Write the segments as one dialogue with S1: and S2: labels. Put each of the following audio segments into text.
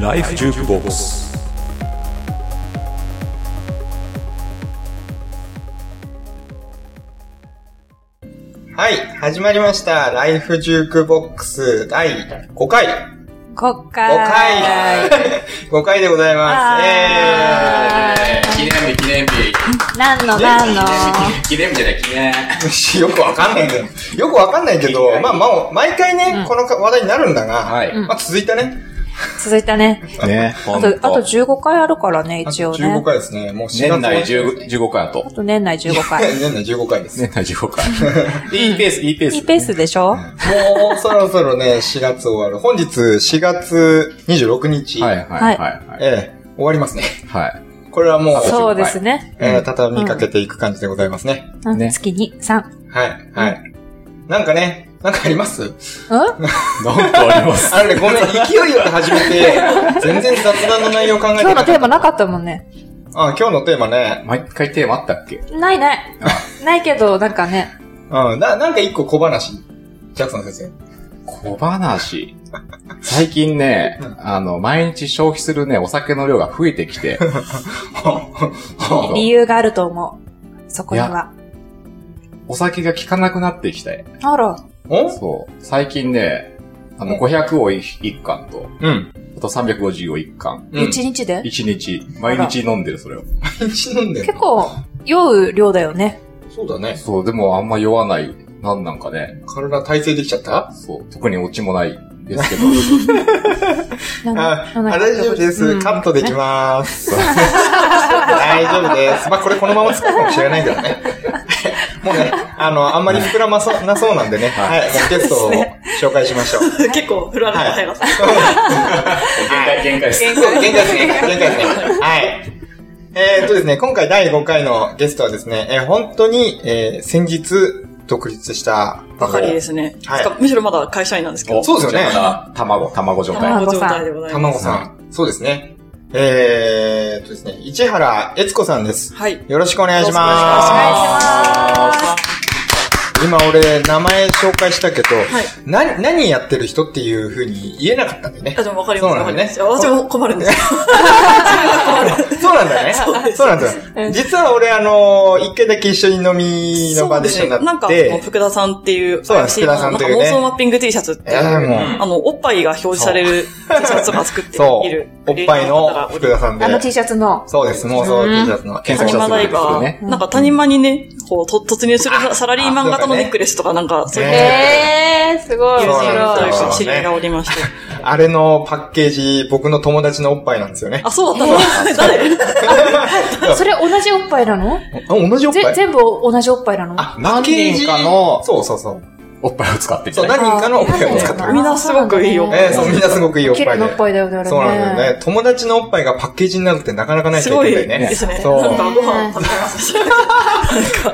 S1: ライフジュークボックス
S2: はい、始まりました。ライフジュークボックス第5回。
S3: 国
S2: 5
S3: 会
S2: 回 !5 回でございます。
S3: あ
S4: 記念日、記念日。
S3: 何の何の
S4: 記念日記念日じゃない、記念。
S2: えー、よくわかんないけど、よくわかんないけど、まあ、まあ、毎回ね、この話題になるんだが、
S4: はい
S2: まあ、続いたね。
S3: 続いたね。
S4: ね。
S3: あと、あと15回あるからね、
S2: あと
S3: 一応ね
S2: 15。回ですね。もう4月
S4: 年内15 15回あと
S3: あ。と年内15回。
S2: 年内15回です。
S4: 年内15回。い いペース、いいペー
S3: いいペースでしょ
S2: もうそろそろね、4月終わる。本日4月26日。
S4: はい、はい、はい。はい。
S2: ええ終わりますね。
S4: はい。
S2: これはもう、
S3: そうですね。
S2: えー畳みかけていく感じでございますね。
S3: うん
S4: ね
S3: 月に3。
S2: はい、はい。なんかね、なんかあります
S3: うん
S4: なんかあります。
S2: あのね、ごめん、勢いよく始め て、全然雑談の内容考えて
S3: 今日
S2: な
S3: の
S2: か
S3: テ
S2: っ
S3: ーマなかったもんね。
S2: た。あ、今日のテーマね。
S4: 毎回テーマあったっけ
S3: ないない。ないけど、なんかね。
S2: うん、な、なんか一個小話。ジャクソン先生。
S4: 小話。最近ね、あの、毎日消費するね、お酒の量が増えてきて、
S3: 理由があると思う。そこに
S4: い
S3: は。
S4: お酒が効かなくなってきて、
S3: あら。
S2: お
S4: そう。最近ね、あの、
S2: うん
S4: 500を1缶と、
S2: うん。
S4: あと350を1缶。
S2: うん。
S3: 1日で
S4: 1日、毎日飲んでる、それを。
S2: 毎日飲んでる
S3: 結。構、酔う量だよね。
S2: そうだね。
S4: そう、でもあんま酔わない。なんなんかね。
S2: 体体制できちゃった
S4: そう、特にオチもないですけ
S3: な
S4: ど。
S3: ん
S2: あ、
S3: なん
S2: あ
S3: か
S2: 大丈夫です。
S3: うん
S2: カットできまーす。 大丈夫です。まあ、これこのまま使うかもしれないけど ね。もうね、あの、あんまり膨らまそう、なそうなんでね。
S4: は
S2: はい。もうゲストを紹介しましょう。
S5: 結構振られた早さ。
S4: 限界、限界っす。
S2: 限界ですね。限界ですね。はい。えーっとですね、今回第5回のゲストはですね、えー本当に、えー先日独立した。
S5: ばかりですね。
S2: はい
S5: てかむしろまだ会社員なんですけど
S4: お。
S2: そうですよね
S4: じゃあ卵、卵状態。
S3: 卵
S5: 卵状態でございま
S2: 卵さん。そうですね。えーっとですね、市原悦子さんです
S5: す。。はい。
S2: よろしくお願いします。
S5: よろしくお
S3: お願いし
S2: 今俺、名前紹介したけど、
S5: はい
S2: な、何やってる人っていう風に言えなかったんだよね
S5: あ、。でもわかりま
S2: そ
S5: す。
S2: うな
S5: わ
S2: ん
S5: か
S2: だよ
S5: り
S2: ね
S5: ます。私も困るんですよ。
S2: そうなんだよね。そうなんだよ。実は俺、あの、一回だけ一緒に飲みの場で一緒になって。
S5: なんか、もう福田さんっていう、
S2: そうなんです福田さんというね
S5: なんか妄想マッピング T シャツって
S2: えー
S5: いう、
S2: もう
S5: あの、おっぱいが表示される T シャツとか作って
S2: そ
S5: いる。
S2: う。おっぱいの福田さんで
S3: あ。の T シャツの。
S2: そうです。もうそうう、
S3: ん
S2: T シャツの検
S5: サ
S2: 索
S5: ニ
S2: 者
S5: マ
S2: 数
S5: ダイ
S2: です
S5: バ
S2: よね。
S5: ー、なんか谷間にね、こう、と突入するサラリーマン型のネックレスとかなんか、そういう
S2: ね
S3: えー、すごい
S5: 友
S2: そう
S3: 面
S2: なんだ
S5: 人
S3: 白いう
S5: とい。か知り合いがおりまして。
S2: あれのパッケージ、僕の友達のおっぱいなんですよね。
S5: あ、そうだったの 誰
S3: それ同じおっぱいなの
S2: あ、同じおっ
S3: ぜ
S2: ぱい
S3: 全部同じおっぱいなの
S2: あ、パッ
S4: 何
S2: ケージ
S4: 人かの
S2: そうそうそう。
S4: おっぱいを使ってき
S2: そう、
S4: たね。
S2: 何人かのおっぱいを使って
S3: あー
S2: る。
S5: みんなすごくいいおっぱ
S2: えー、そう、みんなすごくいいおっぱ
S3: 綺麗
S2: いで
S3: な。おっぱいだよね、あれね。
S2: そうなん だよね。友達のおっぱいがパッケージになるってなかなかない
S5: す
S2: 経験
S5: ごい
S2: だよね。
S5: ですね。
S2: そう。
S5: なんかご飯食べます。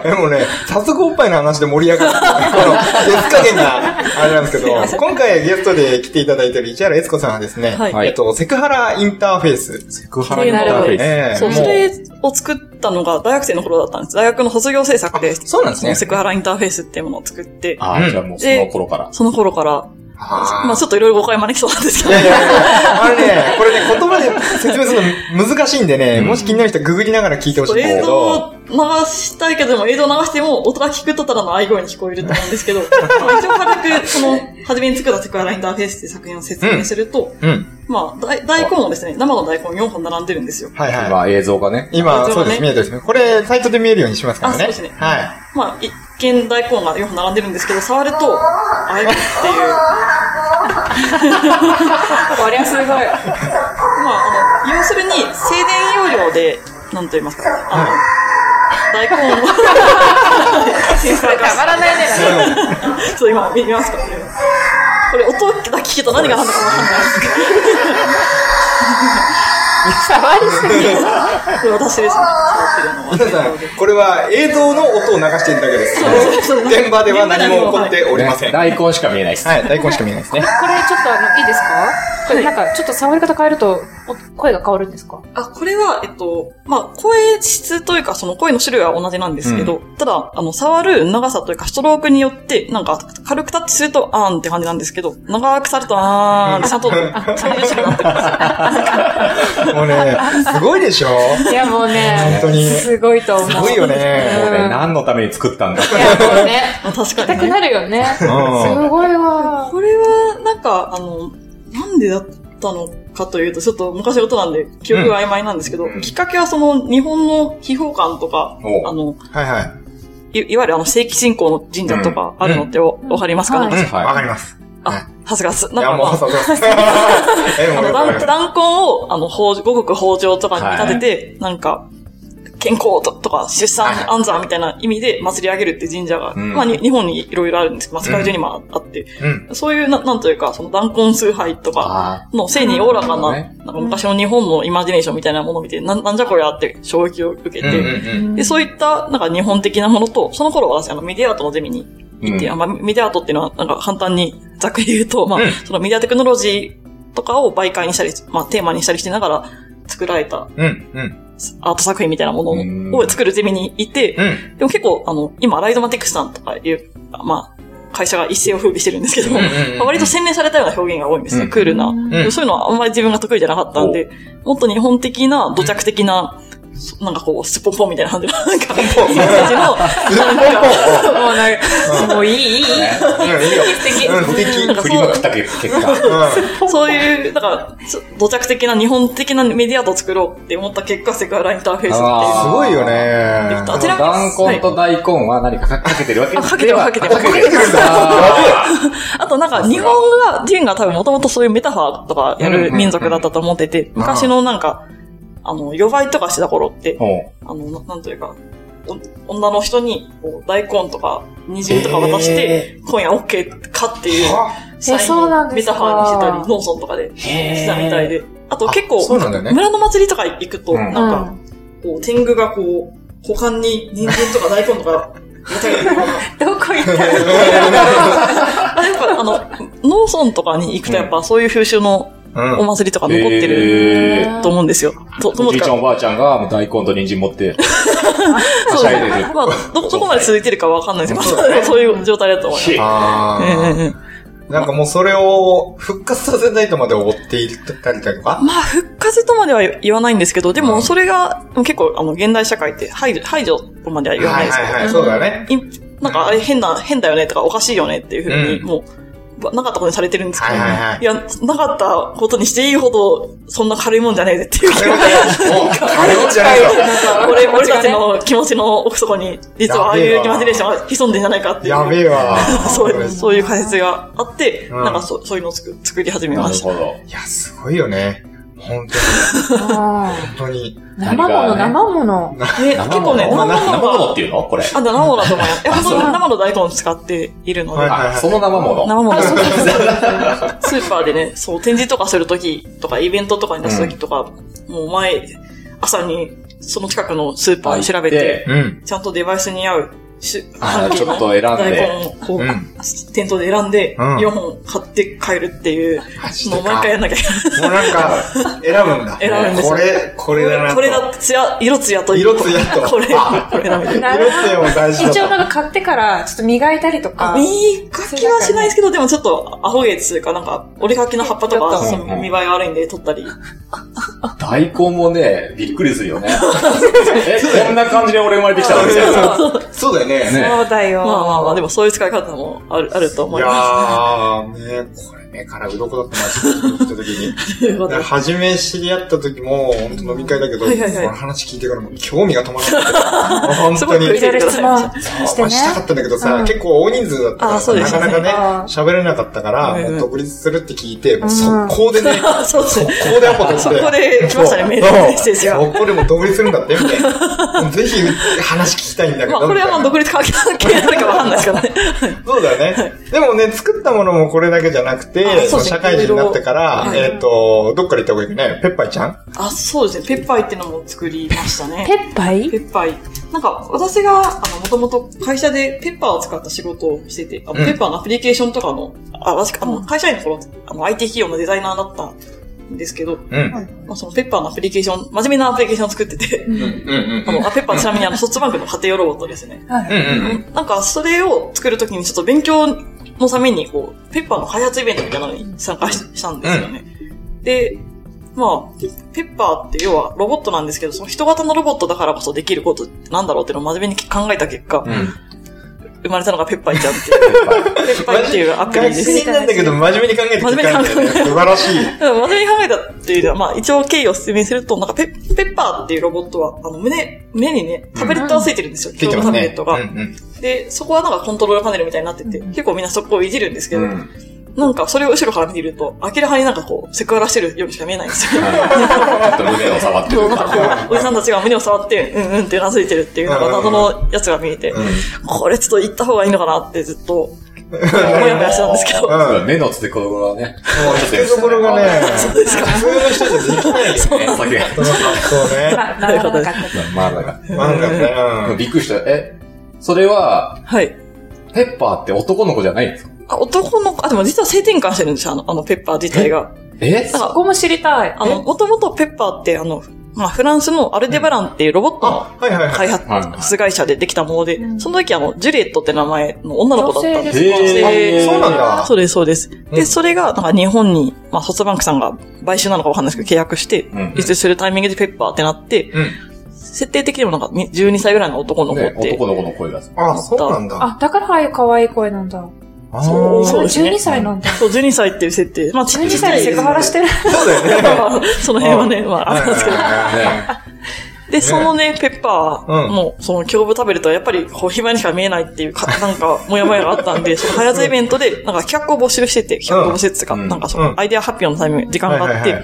S2: でもね、早速おっぱいの話で盛り上がる。この、熱加減が、あれなんです けど、今回ゲストで来ていただいている市原悦子さんはですね、
S5: はい
S4: はい
S2: えっと、セクハラインターフェース。
S4: セクハラになった
S3: そう
S4: り。
S2: ええ
S5: そう、
S2: も
S5: それを作ったのが大学生の頃だったんです。大学の卒業制作で、
S2: あそうなんですね
S5: のセクハラインターフェースっていうものを作って、
S4: あ
S2: うん
S4: あ、じゃあもうその頃から。
S5: その頃から、
S2: あー
S5: まあちょっといろいろ誤解招きそうなんですけ
S2: い
S5: ど
S2: や、いやいや、あれね、これね、言葉で説明するの難しいんでね、
S4: うん
S2: もし気になる人はググりながら聞いてほしいんです
S5: 映
S2: け
S5: 像
S2: ど、
S5: を流したいけども、映像を流しても、音が聞くとただの愛声に聞こえると思うんです けど、まあ一応軽く、その、初めに作ったセクハラインターフェースっていう作品を説明すると、
S2: うん。
S5: まあ大大根をですね、生の大根4本並んでるんですよ。
S2: はいはい。
S4: 今映像がね。
S2: 今、
S5: 映像がね
S2: そうです、見えてるんですね。これ、サイトで見えるようにしますからね。
S5: あそうですね
S2: はい。
S5: まあ、一見大根がよく並んでるんですけど、触ると、あえるっていう。
S3: これはすごい。
S5: まあ、あの、要するに、静電容量で、なんと言いますか、あの、大根を、繊細化
S3: らないね。
S5: ちょっと今、見見ますかこれこれ、音だけ聞けた何が何だかわかんないです
S3: 触りすぎ。
S5: けど、私 ですね、触って
S2: 皆
S5: るの
S2: さ
S5: は。
S2: ん、これは映像の音を流しているだけです。現場では何も起こっておりません。
S4: ね大根しか見えないです。
S2: はい、大根しか見えないですね。
S3: これちょっとあの、いいですかこれなんか、ちょっと触り方変えると、お声が変わるんですか
S5: あ、これは、えっと、まあ、声質というか、その声の種類は同じなんですけど、ただ、あの、触る長さというか、ストロークによって、なんか、軽くタッチすると、あーんって感じなんですけど、長くされると、あーんって、ちゃんと、30種類になって ます。
S2: もうね、すごいでしょ
S3: いやもうね、
S2: 本当に
S3: すごいと思う。
S2: すごいよね。
S4: もうね
S3: うん
S4: 何のために作ったんだ
S3: いやもうね、
S5: あ確
S3: 行き
S5: か
S3: た
S5: に、
S3: く
S5: ね。
S3: なるよね。す
S2: うん。
S3: ごいわ。
S5: これは、なんか、あの、なんでだったのかというと、ちょっと昔のことなんで、記憶が曖昧なんですけど、
S4: うん
S5: きっかけはその、日本の秘宝館とか、
S4: おう
S5: あの、
S2: はいはい。
S5: いいわゆるあの、正規信仰の神社とかあるのってお、
S3: うん
S5: わかりますか、
S3: うん
S5: なんか
S2: うん、
S4: はい
S2: わかります。
S5: あ、さすがっす。
S2: い
S5: なん
S2: や、
S5: か、
S2: も
S5: ま
S2: う、
S5: あ
S2: そうそう。 え、も
S5: あ
S2: うよくわか
S5: の、弾
S2: る、
S5: 弾痕を、あの、法五穀法上とかに見立てて、なんか、健康ととか、出
S2: はい
S5: 産安産みたいな意味で祭り上げるって神社が、
S4: うん
S5: まあ、に日本にいろいろあるんですけど、まあ、世界中にもあって、
S2: うん。
S5: そういう、ななんというか、その弾痕崇拝とか、
S4: あ
S5: の性におおらかな、
S4: なる
S5: なんか昔の日本のイマジネーションみたいなものを見て、なんなんじゃこりゃって衝撃を受け
S2: うんうん
S5: て、
S2: うん。
S5: で、そういった、なんか日本的なものと、その頃私、あの、メディアアートのゼミに
S4: ーうん
S5: で、あまあ、メディアアートっていうのは、なんか簡単にざっくり言うと、まあ
S2: うん、
S5: そのメディアテクノロジーとかを媒介にしたり、まあ、テーマにしたりしてながら作られた
S2: うん、うん、
S5: アート作品みたいなも
S4: うん
S5: のを作るゼミにいて、
S2: うん。
S5: でも結構、あの、今、ライドマティックスさんとかいう、まあ、会社が一世を風靡してるんですけど、まあ割と洗練されたような表現が多いんです
S4: う
S5: ね、
S4: ん
S5: クールな。
S2: うん
S5: そういうのはあんまり自分が得意じゃなかったんで、もっと日本的な、土着的な、そなんかこう、スポンポンみたいな感じの、なんか、イメージの、
S3: もうなんか、もういい、いい、
S2: うん、
S3: いい。
S2: いいよ。
S3: 敵
S2: うん、素敵。
S5: なんか
S4: 振
S5: そ
S4: りま
S5: う
S4: くった結果。
S2: う
S5: そういう、なんか、ちょ土着的な日本的なメディアと作ろうって思った結果、セクハラインターフェースっていうの
S2: ん。す
S5: が。
S2: ごいよ
S5: で
S2: ね
S5: き。た
S4: その弾痕と大根は何かかかけてるわけ
S5: あかけてはかけては
S4: あかけ
S2: かけてるんだ
S4: あー
S5: あとなんか、日本が、人が多分もともとそういうメタファーとかやる民族だったと思ってて、
S2: ん
S5: 昔のなんか、あの、予売とかしてた頃って、
S4: おう
S5: あの、ななんというか、お女の人にこう大根とか、人参とか渡して、今夜 OK かっていう
S2: あ
S5: サイン
S3: えそうなん
S5: をメ
S3: です
S5: タ
S3: か
S5: ファーにしてたり、農村とかでしてたみたいで。あと結構、
S2: そうなんだよね。
S5: 村の祭りとか行くと、
S4: うん
S5: なんか、こう、天狗がこう、股間に人参とか大根とか、やたりと
S3: ど
S5: か
S3: こ行ったの
S5: あやっぱあの、農村とかに行くとやっぱそういう風習の
S2: うん
S5: お。祭りとか残ってる
S4: へー
S5: と思うんですよ。と、と
S4: お
S5: も
S4: じいちゃんおばあちゃんがもう大根と人参持って、はしゃいでる。
S5: まあ、ど、どこまで続いてるかわかんないですけど、そういう状態だと思います。ええ
S2: あ
S5: ええ
S2: あ。なんかもうそれを復活させたいとまで追っていったりとか。
S5: まあ、復活とまでは言わないんですけど、で
S2: う
S5: も
S2: ん
S5: それが、結構、あの、現代社会って排除、排除とまでは言わな
S2: はいい
S5: ですけど
S2: はいはい、そうだ ね。
S5: いなんかあれ変な、変だよねとかおかしいよねっていうふうに、
S2: うん
S5: もう、ばなかったことにされてるんですけど、
S2: はいはいはい
S5: や、なかったことにしていいほど、そんな軽いもんじゃねえぜっていう気 が。
S2: お軽いんじゃないか。
S5: 俺、俺たちの気持ちの奥底に、実はああい
S2: やべえ
S5: う
S2: わ
S5: 気持ちでしたが潜んでんじゃないかっていう。。
S2: やべえわ
S5: そう、そういう解説があって、
S2: うん
S5: なんかそそういうのを作作り始め
S4: な
S5: ま
S4: る
S5: した。
S4: ほど。
S2: いや、すごいよね。本当に、本当に。
S3: 生物、生物。
S5: え、結構ね、
S4: 生
S5: 生
S4: 物生
S5: 物
S4: 物
S5: が
S4: っ、ていうのこれ。
S5: あ、生物だと思います。いや、本当
S3: そう
S5: に生の大根を使っているので、
S2: はい
S4: あ、その生物。
S5: 生も の。スーパーでね、そう、展示とかするときとか、イベントとかに出すときとか、もう前、朝に、その近くのスーパーを調べて、
S2: うん。
S5: ちゃんとデバイスに合う、し
S4: あー、ちょっと選んで。
S5: 大根をこう、
S2: うん
S5: 店頭で選んで、
S2: うん
S5: 4本買って帰るっていう、もう毎回やんなきゃいけない。
S2: もうなんか、選ぶんだ。
S5: 選ぶんですよ
S2: これ、これだなと。
S5: これだ、つや、色つやと
S2: 色艶と
S5: これ、これだみたい
S3: な
S5: な。
S2: 色
S3: るほ
S2: 線も大事
S3: ど。
S2: だ
S3: 一応
S2: と。
S3: なんか買ってから、ちょっと磨いたりとか。
S5: 見かきはしないですけど、でもちょっとアホ毛っていうか、なんか、折りかきの葉っぱとか、
S3: ち
S4: ょっと
S5: その見栄えが悪いんで取ったり。
S4: 大根もね、びっくりするよね。え、こんな感じで俺生まれてきたのみたいな。
S2: そうだよね。
S4: ね
S3: そうだよ。
S5: まあまあまあ、でもそういう使い方もある、あると
S2: い
S5: 思い
S2: や
S5: ま
S2: ー、ね、これ目から鱗だったな、ちょっと聞いた時に。
S5: す。ということで
S2: 初め知り合った時も、本当飲み会だけど、
S5: はいはいはい
S2: この話聞いてからもう興味が止まら なくて。本
S5: す
S2: 当
S5: ご
S2: に
S5: く。
S3: いろいろ質問して
S2: まあしたか
S3: ね。
S2: ったんだけどさ、
S3: うん
S2: 結構大人数だったから
S5: あそう
S2: さ、
S5: で
S2: な
S5: した
S2: か
S5: ね
S2: なかね
S3: あ、
S2: 喋れなかったから、
S5: はいはい
S2: もう独立するって聞いて、もううん速攻でね、
S5: そうです
S2: 速
S5: ね。
S2: 攻でアポ取って。
S5: そこで来ましたね、メールメッセージが。
S2: そうこでもう独立するんだって、みたいな。もうぜひ話聞きたいんだけ
S5: ま
S2: ど。
S5: あ、これはまあ、独
S2: 立。
S5: 立関係あるかわかんないですからね。
S2: そうだよね。でもね、作ったものもこれだけじゃなくて、で、その社会人になってから、はい、えっ、ー、と、どっから行った方がいいかね、ペッパイちゃん
S5: あ、そうですね。ペッパイってのも作りましたね。
S3: ペッパイ
S5: ペッパイ。なんか、私が、あの、もともと会社でペッパーを使った仕事をしてて、あの、うん、ペッパーのアプリケーションとかの、あ、私、あの、会社員の頃、あの、IT 企業のデザイナーだったですけど、うん、まあ、そのペッパーのアプリケーション、真面目なアプリケーションを作ってて、うん、あのペッパーちなみにあのソフトバンクの家庭用ロボットですね。はい、なんかそれを作るときにちょっと勉強のためにこう、ペッパーの開発イベントみたいなのに参加したんですよね。うん、で、まあ、ペッパーって要はロボットなんですけど、その人型のロボットだからこそできることってなんだろうっていうのを真面目に考えた結果、生まれたのがペッパーちゃんっていう。 ペッパーっていうアプリです。
S2: 学なんだけど、真面目に考えてた、ね。真面目に考えた。素晴らしい。
S5: 真面目に考えたっていうのは、まあ一応経緯を説明すると、なんかペッ、ペッパーっていうロボットは、あの、胸、胸にね、タブレットがついてるんですよ。
S2: 今、う、日、ん、の
S5: タ
S2: ブ
S5: レットが、ねうんうん、で、そこはなんかコントロールパネルみたいになってて、うん、結構みんなそこをいじるんですけど、うんなんか、それを後ろから見てると、明らかになんかこう、セクハラしてるようにしか見えないんですよ。
S4: はい、ちょっと胸を触ってる。
S5: なんかこう、おじさんたちが胸を触って、うんうんってうなずいてるっていう、なんか謎のやつが見えて、うん、これちょっと行った方がいいのかなってずっと、もやもやしたんですけど。
S4: うん、目のつけころはね。
S2: もうつけころがね、
S5: そうですか。
S2: 普通の人じゃでき ないよね。そうね。そうね。
S3: まあ、なかった。
S4: まあ、なかった。
S2: まあ、なかった。
S4: びっくりした。え、それは、
S5: はい。
S4: ペッパーって男の子じゃないんですか
S5: 男の子、あ、でも実は性転換してるんですよ、あの、あのペッパー自体が。
S4: え
S3: そこも知りたい。
S5: あの、もともとペッパーって、あの、まあ、フランスのアルデバランっていうロボットの開発会社でできたもので、その時あの、ジュリエットって名前の女の子だったん
S2: です女性そうなんだ。
S5: そうです、そうです。で、それが、なんか日本に、まあ、ソフトバンクさんが買収なのかわかんないですけど、契約して、移設するタイミングでペッパーってなって、設定的にもなんか12歳ぐらいの男の子って。
S4: 男の子の声が
S2: あ、そうなんだ。
S3: あ、だからああいう可愛い声なんだ。
S5: そう、そう
S3: ですね。12歳なんだ。
S5: そう、12歳っていう設定。
S3: まあ、12歳でセクハラしてる。
S2: そうだよね。
S5: その辺はね、まあ、あるんですけど。で、そのね、ペッパーも、その、胸部食べると、やっぱり、こう、暇にしか見えないっていう か、なんか、もやもやがあったんで、その、早津イベントで、なんか、企画を募集してて、企画を募集ってか、なんか、その、アイデア発表のタイミング、時間があって、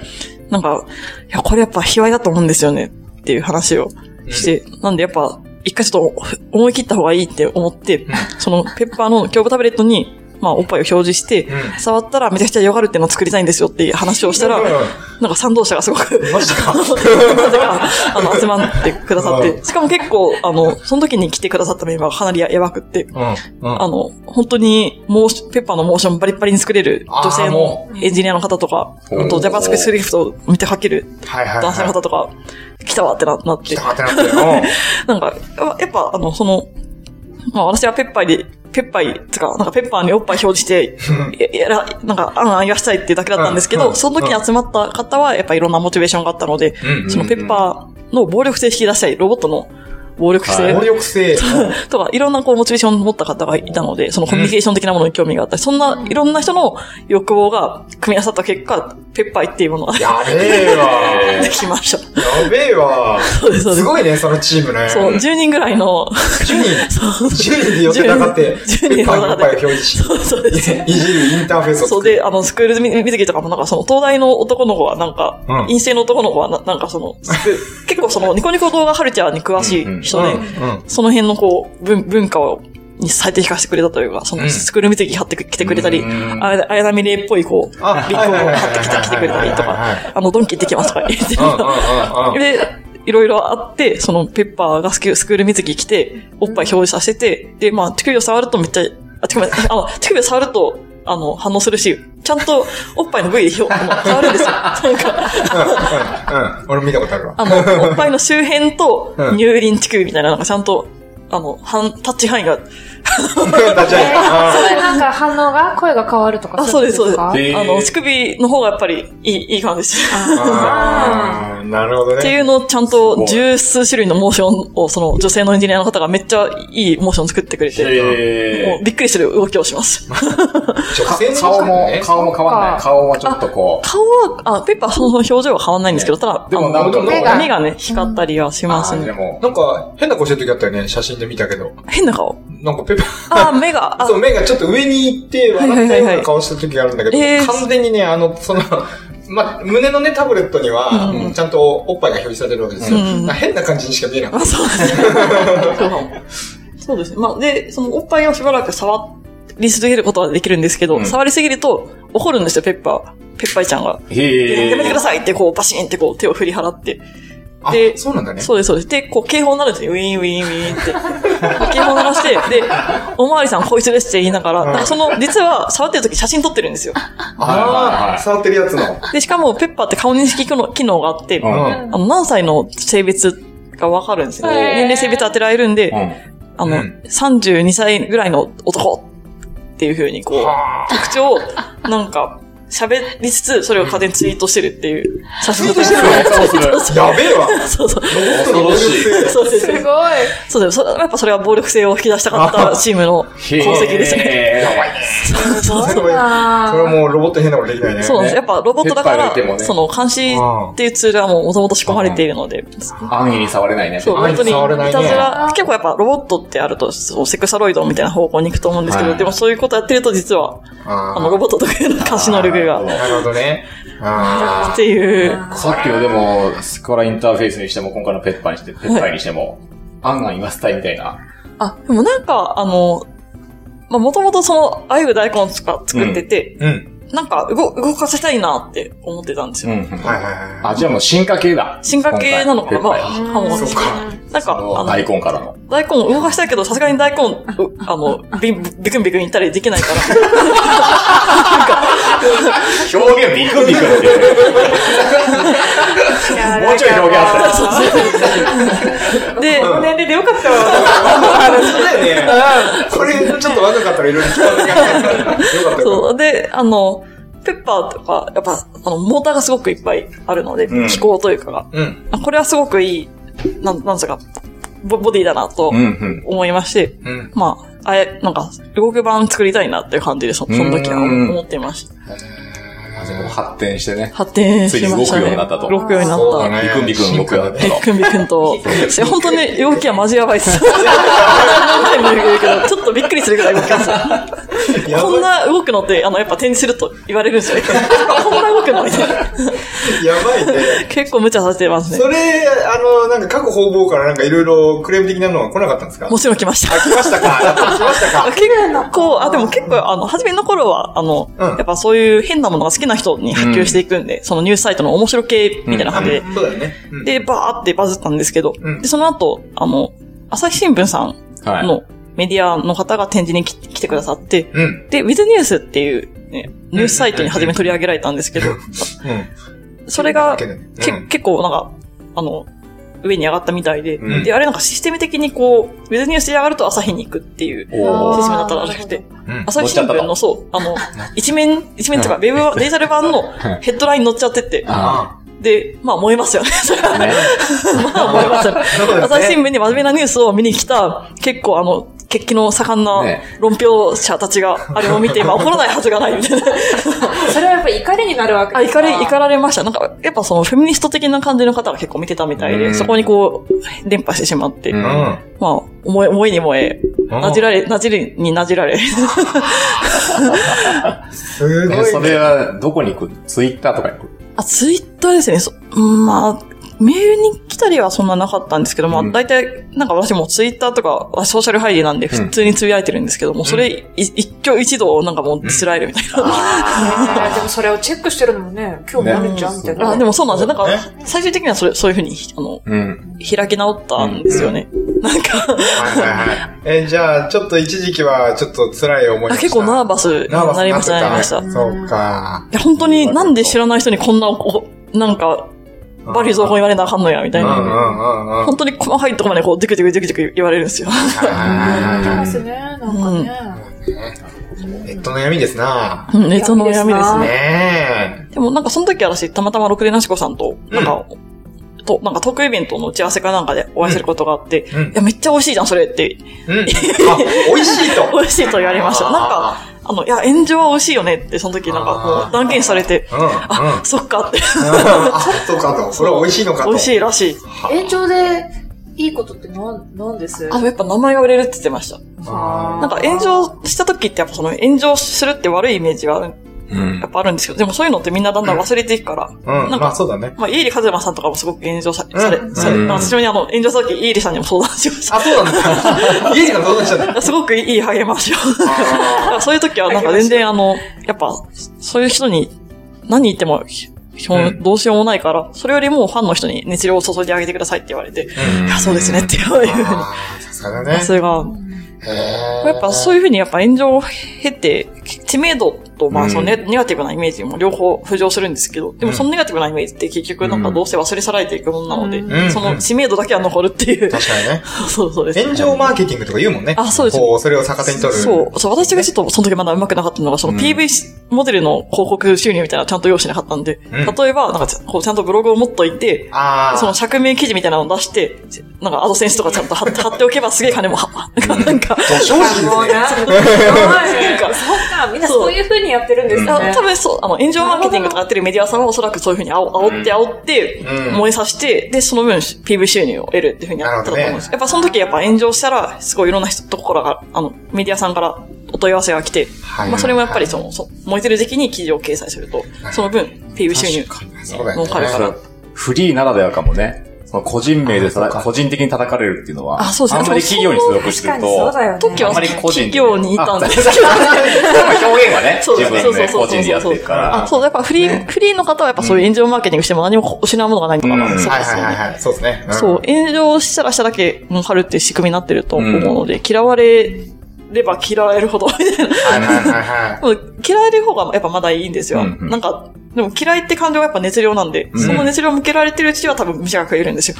S5: なんか、いや、これやっぱ、卑猥だと思うんですよね、っていう話をして、なんで、やっぱ、一回ちょっと思い切った方がいいって思って、そのペッパーの胸部タブレットに、まあ、おっぱいを表示して、触ったらめちゃくちゃよがるっていうのを作りたいんですよっていう話をしたら、なんか賛同者がすごく、
S2: マジか。
S5: あの、集まってくださって、しかも結構、あの、その時に来てくださったメンバーがかなりやばくって、あの、本当に、モーシペッパーのモーションバリバリに作れる女性のエンジニアの方とか、あと JavaScript を見て書ける男性の方とか、来たわってなって。
S2: 来たわってなって。なん
S5: か、やっぱ、あの、その、まあ私はペッパーで、ペッパーつか、なんかペッパーにおっぱい表示して、やら、なんか、あんあん言わしたいっていうだけだったんですけど、その時に集まった方は、やっぱいろんなモチベーションがあったので、そのペッパーの暴力性引き出したい、ロボットの暴力性。
S2: 暴力性。
S5: とか、いろんなこう、モチベーションを持った方がいたので、そのコミュニケーション的なものに興味があったり、そんな、いろんな人の欲望が組み合わさった結果、ペッパーっていうものが。
S2: やべえわ。
S5: できました。
S2: やべえわ。そうです、そうです。すごいね、そのチームね。
S5: そう、10人ぐらいの。10
S2: 人 ?10 人で寄せたがって、
S5: 10
S2: 中で。ペッ
S5: 人の
S2: パー表示し。
S5: そうそうです。
S2: いじるインターフェースを。
S5: そうで、あの、スクール水着とかもなんか、その、東大の男の子はなんか、うん、陰性の男の子はななんかその、結構その、ニコニコ動画カルチャーに詳しい、うん人で、うんうん、その辺のこう、文文化を、に最適化してくれたというか、その、スクール水着貼ってきてくれたり、あや、あやなみれっぽい、こう、ビッグを貼ってきてきてくれたりとか、あの、ドンキ行ってきますとか言って、 で、いろいろあって、その、ペッパーがスクール水着着て、おっぱい表示させて、で、まあ、手首を触るとめっちゃ、あ、手首、あの、手首を触ると、あの、反応するし、ちゃんとおっぱいの部位で表、変わるんですよ。なん
S2: かうん、うん、俺見たことあるわ。
S5: あの、おっぱいの周辺と乳輪地区みたいな、なんかちゃんと、あの、はタッチ範囲が。
S2: タッチ 範
S3: 囲それなんか反応が、声が変わるとか
S5: あ、そうです、そうです。あの、乳首の方がやっぱりいい、いい感じです。
S2: ああ、なるほどね。
S5: っていうのをちゃんと十数種類のモーションを、その女性のエンジニアの方がめっちゃ いいモーション作ってくれて、もうびっくりする動きをします。
S4: 顔も、顔も変わんない。顔はちょっとこ
S5: う。顔は、あ、ペッパーそ の表情は変わんないんですけど、ただ、
S4: でもなんか
S5: 目が目がね、光ったりはしますね。
S2: なんか変な顔してる時あったよね、写真で見たけど。
S5: 変な顔
S2: なんかペッパ
S5: ー。あ、目が。
S2: そう、目がちょっと上に行って笑ったような顔した時があるんだけど、完全にね、あの、その、 まあ、胸のね、タブレットには、うん、ちゃんとおっぱいが表示されるわけですよ。うん、変な感じにしか見えなかった。
S5: そうですね。そうですね。まあ、で、そのおっぱいをしばらく触って、り続けることはできるんですけど、
S4: うん
S5: 触りすぎると怒るんですよ、ペッパー。ペッパーちゃんが。
S4: へ
S5: やめてくだ
S4: え。
S5: さいってこう、バシンってこう、手を振り払って。
S2: あ
S5: で、
S2: そうなんだね。
S5: そうです、そうです。で、こう、警報になるんですよ。ウィーン、ウィーン、ウィーンって。警報鳴らして、で、おまわりさんこいつですって言いながら、なんかその、実は、触ってる時写真撮ってるんですよ。
S4: はいはい
S2: あ
S4: は
S2: あ、
S4: い
S2: 触ってるやつの。
S5: で、しかも、ペッパーって顔認識機能機能があって、
S4: うん
S2: うん
S5: あの、何歳の性別がわかるんですよ。
S3: へー
S5: 年齢性別当てられるんで、
S4: うん。
S5: あ
S2: う
S5: の、
S2: ん
S5: 32歳ぐらいの男っていう風にこう、特徴を、なんか、喋りつつ、それを家電ツイートしてるっ ていう写真
S2: ツイートしてる
S4: の
S5: そうそうそう
S2: やべえわ。
S5: そうそう。
S4: 恐ろしい。
S5: そうですす
S3: ごい。
S5: そうです。そやっぱそれは暴力性を引き出したかったチームの功績ですね。
S4: ね。やばいね。
S5: そ う
S2: そ
S5: そう
S2: れはそれはもうロボット変なことできないね。
S5: そうなんです。やっぱロボットだか
S4: ペッパーがいても
S5: ら、
S4: ね
S5: その監視っていうツールはもう元々仕込まれているので、
S4: 安易に触れないね。
S5: そう、
S2: 安
S5: 本
S2: 易
S5: 当
S2: に
S5: に、い
S2: 触れないね
S5: たずら、結構やっぱロボットってあると、そうセクサロイドみたいな方向に行くと思うんですけど、
S4: はい
S5: でもそういうことやってると実は、
S2: あ
S5: あの、ロ
S2: ー
S5: ボット特有の監視能力が、
S2: なるほどね。あ
S5: っていう、
S4: さっきのでも、スコラインターフェースにしても、今回のペッパーにして、ペッパーにしても、アンアン言わせたいみたいな。
S5: あ、でもなんか、あの、まあ、もともとその、ああいう大根とか作ってて、
S2: あ。うん。
S5: なんか動、動かせたいなって思ってたんです
S4: うん
S5: よ。
S4: うん。
S2: はいはいはい。
S4: あ、じゃあもう進化系だ。
S5: 進化系なのかなま
S4: 今
S5: あ、
S4: 回ペッ
S5: かも
S2: そうか。
S5: なん
S4: パ
S5: か、
S4: ー
S5: あ
S4: は
S5: の、
S4: 大根からの。
S5: 大根を動かしたいけど、さすがに大根、うあの、ビビクンビクンいったりできないから。
S4: 表現ビク ビクっていう。もうちょい表現 あった ら。
S5: で、
S3: この年齢でよかったわ。
S2: あそうだよね。これ、ちょっと若かったらいろいろ聞かれがよかったよ。
S5: そう。で、あの、ペッパーとか、やっぱ、あの、モーターがすごくいっぱいあるので、
S4: うん
S5: 機構というかが。
S2: うん。
S5: あこれはすごくいい、なん、なんですか、ボボディだなと
S4: うんうん。
S5: 思いまして、
S2: うん。
S5: まあ、あれ、なんか、動く版作りたいなっていう感じで、そその時は
S4: うん
S5: 思ってました。
S4: あじゃあもう発展してね。
S5: 発展しました
S4: ついに動くよう
S5: ね。
S4: になったと
S5: 動くようになっ
S2: そう
S5: た
S2: だ。ね
S4: ビクンビクン動くようになった
S5: ビ
S4: と
S5: ッ。クンビックンと、いや本当ね、動きはマジやばいっす。何回も言うけど、ちょっとびっくりするぐらい動きます。
S2: や
S5: こん
S2: ば
S5: な動くのって、あの、やっぱ展示すると言われるんですよ。こんな動くのみたいな。
S2: い、やばいね。
S5: 結構無茶させてますね
S2: そ。れ、あの、なんか各方々からなんかいろいろクレーム的なのは来なかったんですか
S5: もちろん来ました。
S2: 来ましたかやっぱ来ましたか
S5: 結構、あ、でも結構、あの、初めの頃は、あの、
S2: うん
S5: やっぱそういう変なものが好きな人に波及していくんで、そのニュースサイトの面白系みたいな
S2: あ
S5: 感 じで、
S2: そうだよね。うん
S5: で、バーってバズったんですけど、
S2: うん
S5: で、その後、あの、朝日新聞さん
S4: はい。
S5: のメディアの方が展示に来来てくださって、
S2: うん。
S5: で、ウィズニュースっていう、ね、ニュースサイトに初め取り上げられたんですけど、
S2: う
S5: それが、
S2: う
S5: け
S2: ん
S5: 結構なんか、あの、上に上がったみたいで、
S4: うん
S5: で、あれなんかシステム的にこう、ウィズニュースで上がると朝日に行くっていう
S4: お
S5: シ
S4: ー
S5: ステムだったらしくて、
S2: ん。
S5: 朝日新聞の そう、あの、一面、一面とか、ウェブは、デジタル版のヘッドラインに載っちゃってて、
S4: あ
S2: あ
S5: で、まあ燃えますよね。それは
S4: あ。ね。
S5: まあ燃えますよね。
S2: そうですね
S5: 朝日新聞に真面目なニュースを見に来た、結構あの、血気の盛んな
S4: ね
S5: 論評者たちが、あれを見て、まあ怒らないはずがないみたいな。
S3: それはやっぱり怒りになるわけ
S5: あ、
S3: ですか
S5: 怒り、怒られました。なんか、やっぱそのフェミニスト的な感じの方が結構見てたみたい
S4: うん
S5: で、そこにこう、連覇してしまって、
S4: うん
S5: ま
S2: う
S5: あ、思い、思いに燃え、
S2: ん。
S5: なじられ、なじりになじられ。
S2: すごい
S4: え
S2: ね。
S4: それは、どこに行くツイッターとかに行く
S5: あ、ツイッターですね。そうんまあ、メールに来たりはそんななかったんですけど、ま
S4: う
S5: あ、
S4: ん
S5: 大体、なんか私もツイッターとかはソーシャルハイデなんで、普通につぶやいてるんですけど、もうそれ、い一挙一動、なんかもうディスられるみたいな。
S3: ねでもそれをチェックしてるのもね、興味あるんじゃんみたいな。
S5: あ、でもそうなんですよ。なん
S2: そ
S5: か、最終的にはそれ、そういうふうに、あの、
S4: うん。
S5: 開き直ったんですよね。なんか、
S2: はいはいはい。え、じゃあ、ちょっと一時期はちょっと辛い思いをし
S5: あ
S2: た
S5: 結構ナーバスに
S2: ナーバス
S5: なりました、
S2: に
S5: な
S2: な
S5: りま
S2: っ
S5: した。
S2: て
S5: い
S2: たそうか。
S5: や、本当になんで知らない人にこんな、こうなんか、バリ雑言言われなあかんのや、みた
S2: う
S5: い
S2: んう
S5: な。
S2: んうんうん。
S5: 本当に細かいとこまでこう、ドゥクドゥクドゥクドゥク言われるんで すよ。
S3: 言って
S2: は
S3: ま
S2: い
S3: すね、なんかね。
S2: ネットの闇ですな
S5: うん、ネットの闇ですね。
S2: ね
S5: でもなんかその時私、たまたまろくでなしこさんと、なんか、と、なんかトークイベントの打ち合わせかなんかでお会いすることがあって、
S2: うんうん
S5: いや、めっちゃ美味しいじゃん、それって、
S2: え。うん。あ、美味しいと。
S5: 美味しいと言われました。なんか、あの、いや、炎上は美味しいよねって、その時なん
S2: あ
S5: か
S2: ー
S5: こう、断言されて、
S2: うん、うん。
S5: あ、そっかって、
S2: あ、そうかと。それは美味しいのかと。
S5: 美味し
S2: い。
S5: いらしい。
S3: 延長でいいことってなんなんです
S5: あ、やっぱ名前が売れるって言ってました。
S2: あ
S5: なんか炎上した時ってやっぱその炎上するって悪いイメージはあるやっぱあるんですけど、でもそういうのってみんなだんだん忘れていくから、
S2: なんか、まあそうだね。
S5: まあ、イーリカズマさんとかもすごく炎上さされ、され、私もにあの、炎上さっきイーリさんにも相談しました。
S2: あ、そうなんですかイーリから相談した
S5: すごくいい励ましを。そういう時はなんか全然あの、やっぱ、そういう人に何言っても、どうしようもないから、それよりもファンの人に熱量を注いであげてくださいって言われて、いや、そうですねっていうふうに。
S2: さすがだね。
S5: それが、やっぱそういうふうにやっぱ炎上を経て、知名度とまあそのネ,、ガティブなイメージも両方浮上するんですけど、でもそのネガティブなイメージって結局なんかどうせ忘れ去られていくものなので、その知名度だけは残るっていう。
S2: 確かにね。
S5: そうそうです、
S2: 炎上マーケティングとか言うもんね。
S5: あ、そうです。
S2: こう、それを逆手に取る。
S5: そう。そう、私がちょっとその時まだ上手くなかったのが、その PV モデルの広告収入みたいなちゃんと用意しなかったんで、例えばなんかこうちゃんとブログを持っといて、その釈明記事みたいなのを出して、なんかアドセンスとかちゃんと貼っておけばすげえ金も、 なんか、
S2: 正直ですね。
S3: そっか、みんなそういう風にやってるんですね。
S5: 多分そう、あの、炎上マーケティングとかやってるメディアさんはおそらくそういう風に煽って煽って、燃えさせて、で、その分 PV 収入を得るっていう風にやってたと思うんです。やっぱその時やっぱ炎上したら、すごいいろんな人、ところが、あの、メディアさんからお問い合わせが来て、まあそれもやっぱりその、燃えてる時期に記事を掲載すると、その分 PV 収入儲かるから。
S4: フリーならではかもね。その個人名でた個人的に叩かれるっていうのは、
S5: あそうです
S4: ね、あんまり企業に所属してると、
S5: 時は企業にいたんです
S4: けど、表現はね、自分で個人でやってるから。
S5: そう、やっぱフリー、フリーの方はやっぱそういう炎上マーケティングしても何も失うものがないのかな、そうです
S2: ね。そうですね。
S5: そう、炎上したらしただけ儲かるっていう仕組みになってると思うので、嫌われ、れば嫌われるほど、 みたいな。嫌える方がやっぱまだいいんですよ。うんうん、なんか、でも嫌いって感情がやっぱ熱量なんで、うん、その熱量向けられてるうちは多分虫が食えるんですよ。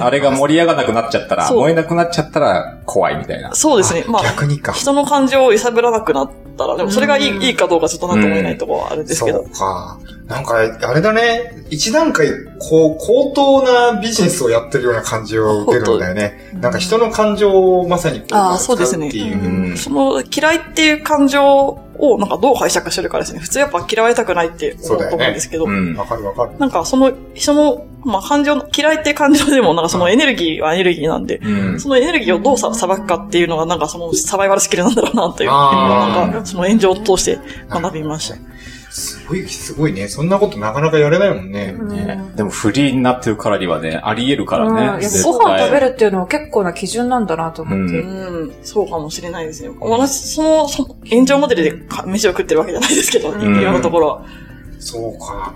S4: あれが盛り上がらなくなっちゃったら、燃えなくなっちゃったら怖いみたいな。
S5: そうですね。まあ、
S2: 逆にか。
S5: 人の感情を揺さぶらなくなったら、でもそれがいい,、いいかどうかちょっとなんとも言えないところはあるんですけど。
S2: そうか。なんか、あれだね。一段階、こう、高等なビジネスをやってるような感じを受けるんだよね。なんか人の感情をまさにこう、
S5: ああ、そうですね。うん、その嫌いっていう感情をなんかどう解釈してるかですね。普通やっぱ嫌われたくないって思うと思うんですけど。
S2: わ、ね、うん、かるわかる。
S5: なんかその、その、まあ感情、嫌いって感情でもなんかそのエネルギーはエネルギーなんで、うん、そのエネルギーをどうさばくかっていうのがなんかそのサバイバルスキルなんだろうなという、なんかその炎上を通して学びました。
S2: すごい、すごいね。そんなことなかなかやれないもんね。
S4: ねでもフリーになってるからにはね、あり得るからね。
S3: ご飯食べるっていうのは結構な基準なんだなと思って。
S5: うん、そうかもしれないですね。私、その、その、炎上モデルで飯を食ってるわけじゃないですけど、いろんなところは。
S2: そうか。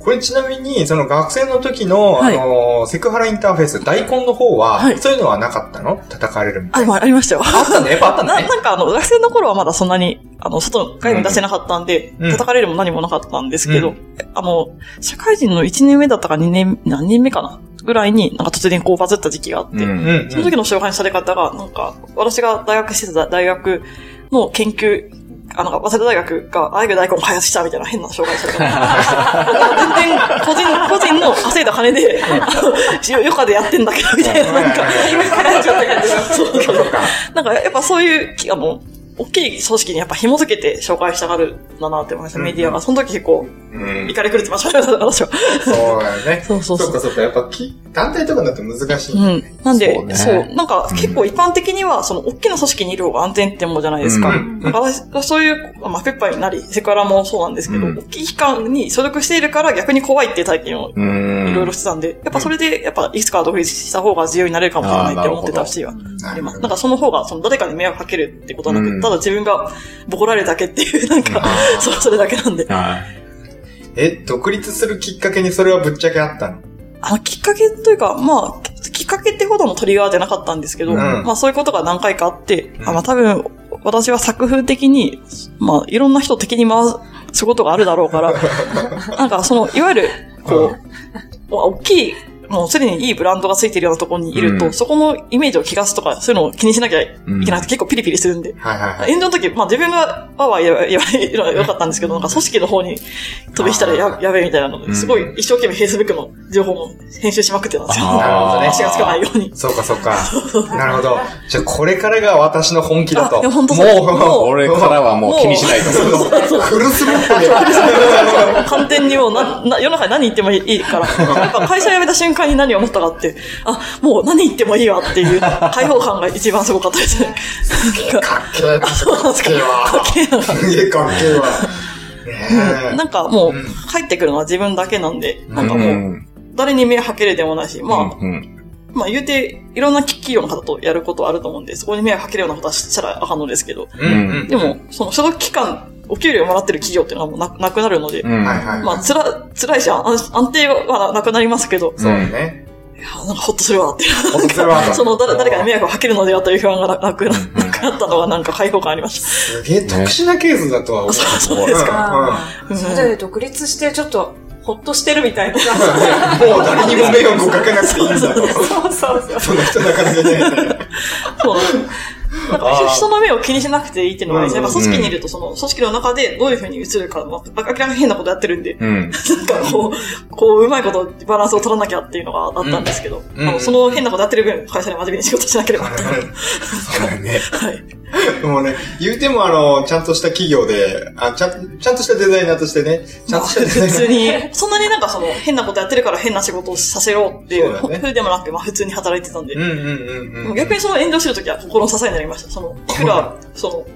S2: これちなみに、その学生の時の、あの、セクハラインターフェース、大根の方は、そういうのはなかったの叩かれるみたい
S5: な。あ、ありましたよ。
S2: あったね、やっぱあったね。
S5: なんかあの、学生の頃はまだそんなに、あの、外、外に出せなかったんで、叩かれるも何もなかったんですけど、あの、社会人の1年目だったか2年、何年目かなぐらいに、なんか突然こうバズった時期 があって、その時の紹介され方が、なんか、私が大学してた大学の研究、あの、早稲田大学が、あゆ大根を開発したみたいな変な紹介したから。全然、個人、個人の稼いだ金で、余暇でやってんだけど、みたいな、なんか、今からちょっと感じそうそう。なんか、やっぱそういう、あの、大きい組織にやっぱ紐付けて紹介したがるんだなって思いました、メディアが。その時結構、怒り狂ってましたね、私は。
S2: そうだよね。
S5: そうそう
S2: そう。そうかそうか、やっぱき、団体とかだと難しい、
S5: うん。なんで、そう,、なんか結構一般的には、その大きな組織にいる方が安全ってもんじゃないですか。だからそういう、まあ、ペッパーになり、セクハラもそうなんですけど、大きい機関に所属しているから逆に怖いっていう体験をいろいろしてたんで、やっぱそれで、やっぱいつか独立した方が自由になれるかもしれないって思ってたしはあります。なんかその方が、その誰かに迷惑かけるってことはなくて、ただ自分がボコられるだけっていう、なんか、そ れそれだけなんで。
S2: え、独立するきっかけにそれはぶっちゃけあったの
S5: あの、きっかけというか、まあ、きっかけってほどのトリガーじゃなかったんですけど、うん、まあそういうことが何回かあって、うん、あまあ多分、私は作風的に、まあいろんな人敵に回すことがあるだろうから、 なんかその、いわゆる、こう、うん、大きいもうすでにいいブランドがついてるようなところにいると、うん、そこのイメージを気がすとか、そういうのを気にしなきゃいけないって、うん、結構ピリピリするんで。炎上の時、まあ自分がわわ言われよかったんですけど、なんか組織の方に飛びしたらややべえみたいなので、すごい一生懸命 Facebook の情報も編集しまくってたんですよ。
S2: なるほどね。
S5: 足がつかないように。
S2: そうかそうか。なるほど。じゃあこれからが私の本気だと。
S5: 本当
S4: もう、これからはもう気にしないと。
S2: フルスロ
S5: ットル完全にもうなな、世の中に何言ってもいいから。やっぱ会社辞めた瞬間快に何を思ったかって、あ、もう何言ってもいいわっていう解放感が一番すごかったですね。
S2: かっけえ。かっけえわ。
S5: かっけえな。
S2: すげえかっけえわ。
S5: うん、なんかもう、入ってくるのは自分だけなんで、なんかもう、誰に目はけるでもないし、まあ、うんうんまあ言うて、いろんな企業の方とやることあると思うんで、そこに迷惑かけるようなことはしたらあかんのですけど、うんうん、でも、その所属期間、お給料もらってる企業っていうのはもうななくなるので、うん、まあ、つら、辛いし、安定はなくなりますけど、
S2: そうね。
S5: いや、なんかほっとするわって。ほっとするわ。 その誰、誰かに迷惑をかけるのではという不安がなくなったのがなんか解放感ありました。
S2: すげえ特殊なケースだとは思う。
S5: そうですか。
S3: それで独立してちょっと、ほっとしてるみたいな。も
S2: う誰にも迷惑をかけなくていいんだと。
S3: そうそうそう。
S2: そんな人なかなかいない。
S5: そうなんか人の目を気にしなくていいっていうのが、ね、やっぱ組織にいると、その組織の中でどういうふうに映るか、明らかに変なことやってるんで、うん、なんかこう、こう、うまいことバランスを取らなきゃっていうのがあったんですけど、うん、あのその変なことやってる分、会社で真面目に仕事しな ければって。
S2: そうだね。はい。でもね、言うてもあの、ちゃんとした企業で、あちゃちゃんとしたデザイナーとしてね、ちゃんとしたデザイナー。
S5: 普通に、そんなになんかその、変なことやってるから変な仕事をさせようっていう、ふう、ね、でもなくて、まあ普通に働いてたんで、逆にその炎上するときは心の支えになりました。その、いくら、その、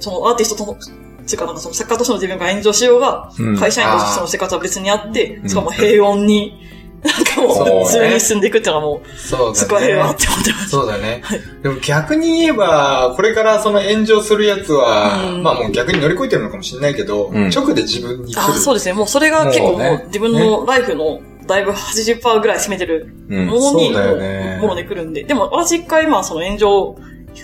S5: そのアーティストとの、つうかなんかその作家としての自分が炎上しようが、会社員としての生活は別にあって、しかも平穏に、なんかもう、普通に進んでいくっていうのはもう、すごい平和って思ってます。
S2: そうだね。でも逆に言えば、これからその炎上するやつは、まあもう逆に乗り越えてるのかもしれないけど、直で自分に来る。あ、
S5: そうですね。もうそれが結構もう自分のライフの、だいぶ80%ぐらい占めてるものに、もので来るんで。でも私一回まあその炎上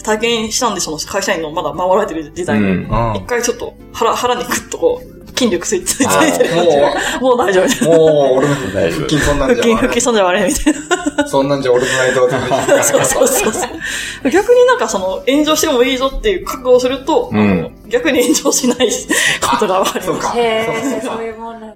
S5: 体験したんで、その会社員のまだ守られてる時代に、一回ちょっと腹、腹にグッとこう、筋力ついてる もう、大丈夫みたい
S2: も
S5: な。
S2: う、俺も大丈夫。腹筋そんなん
S5: じゃ。腹筋、腹筋そんじゃ悪いみたい
S2: な。そんなんじゃ俺も ないとで
S5: きそうそうそう。逆になんかその、炎上してもいいぞっていう覚悟をすると、逆に炎上しないことが分かります。そう
S2: か。
S3: へそういうもんなん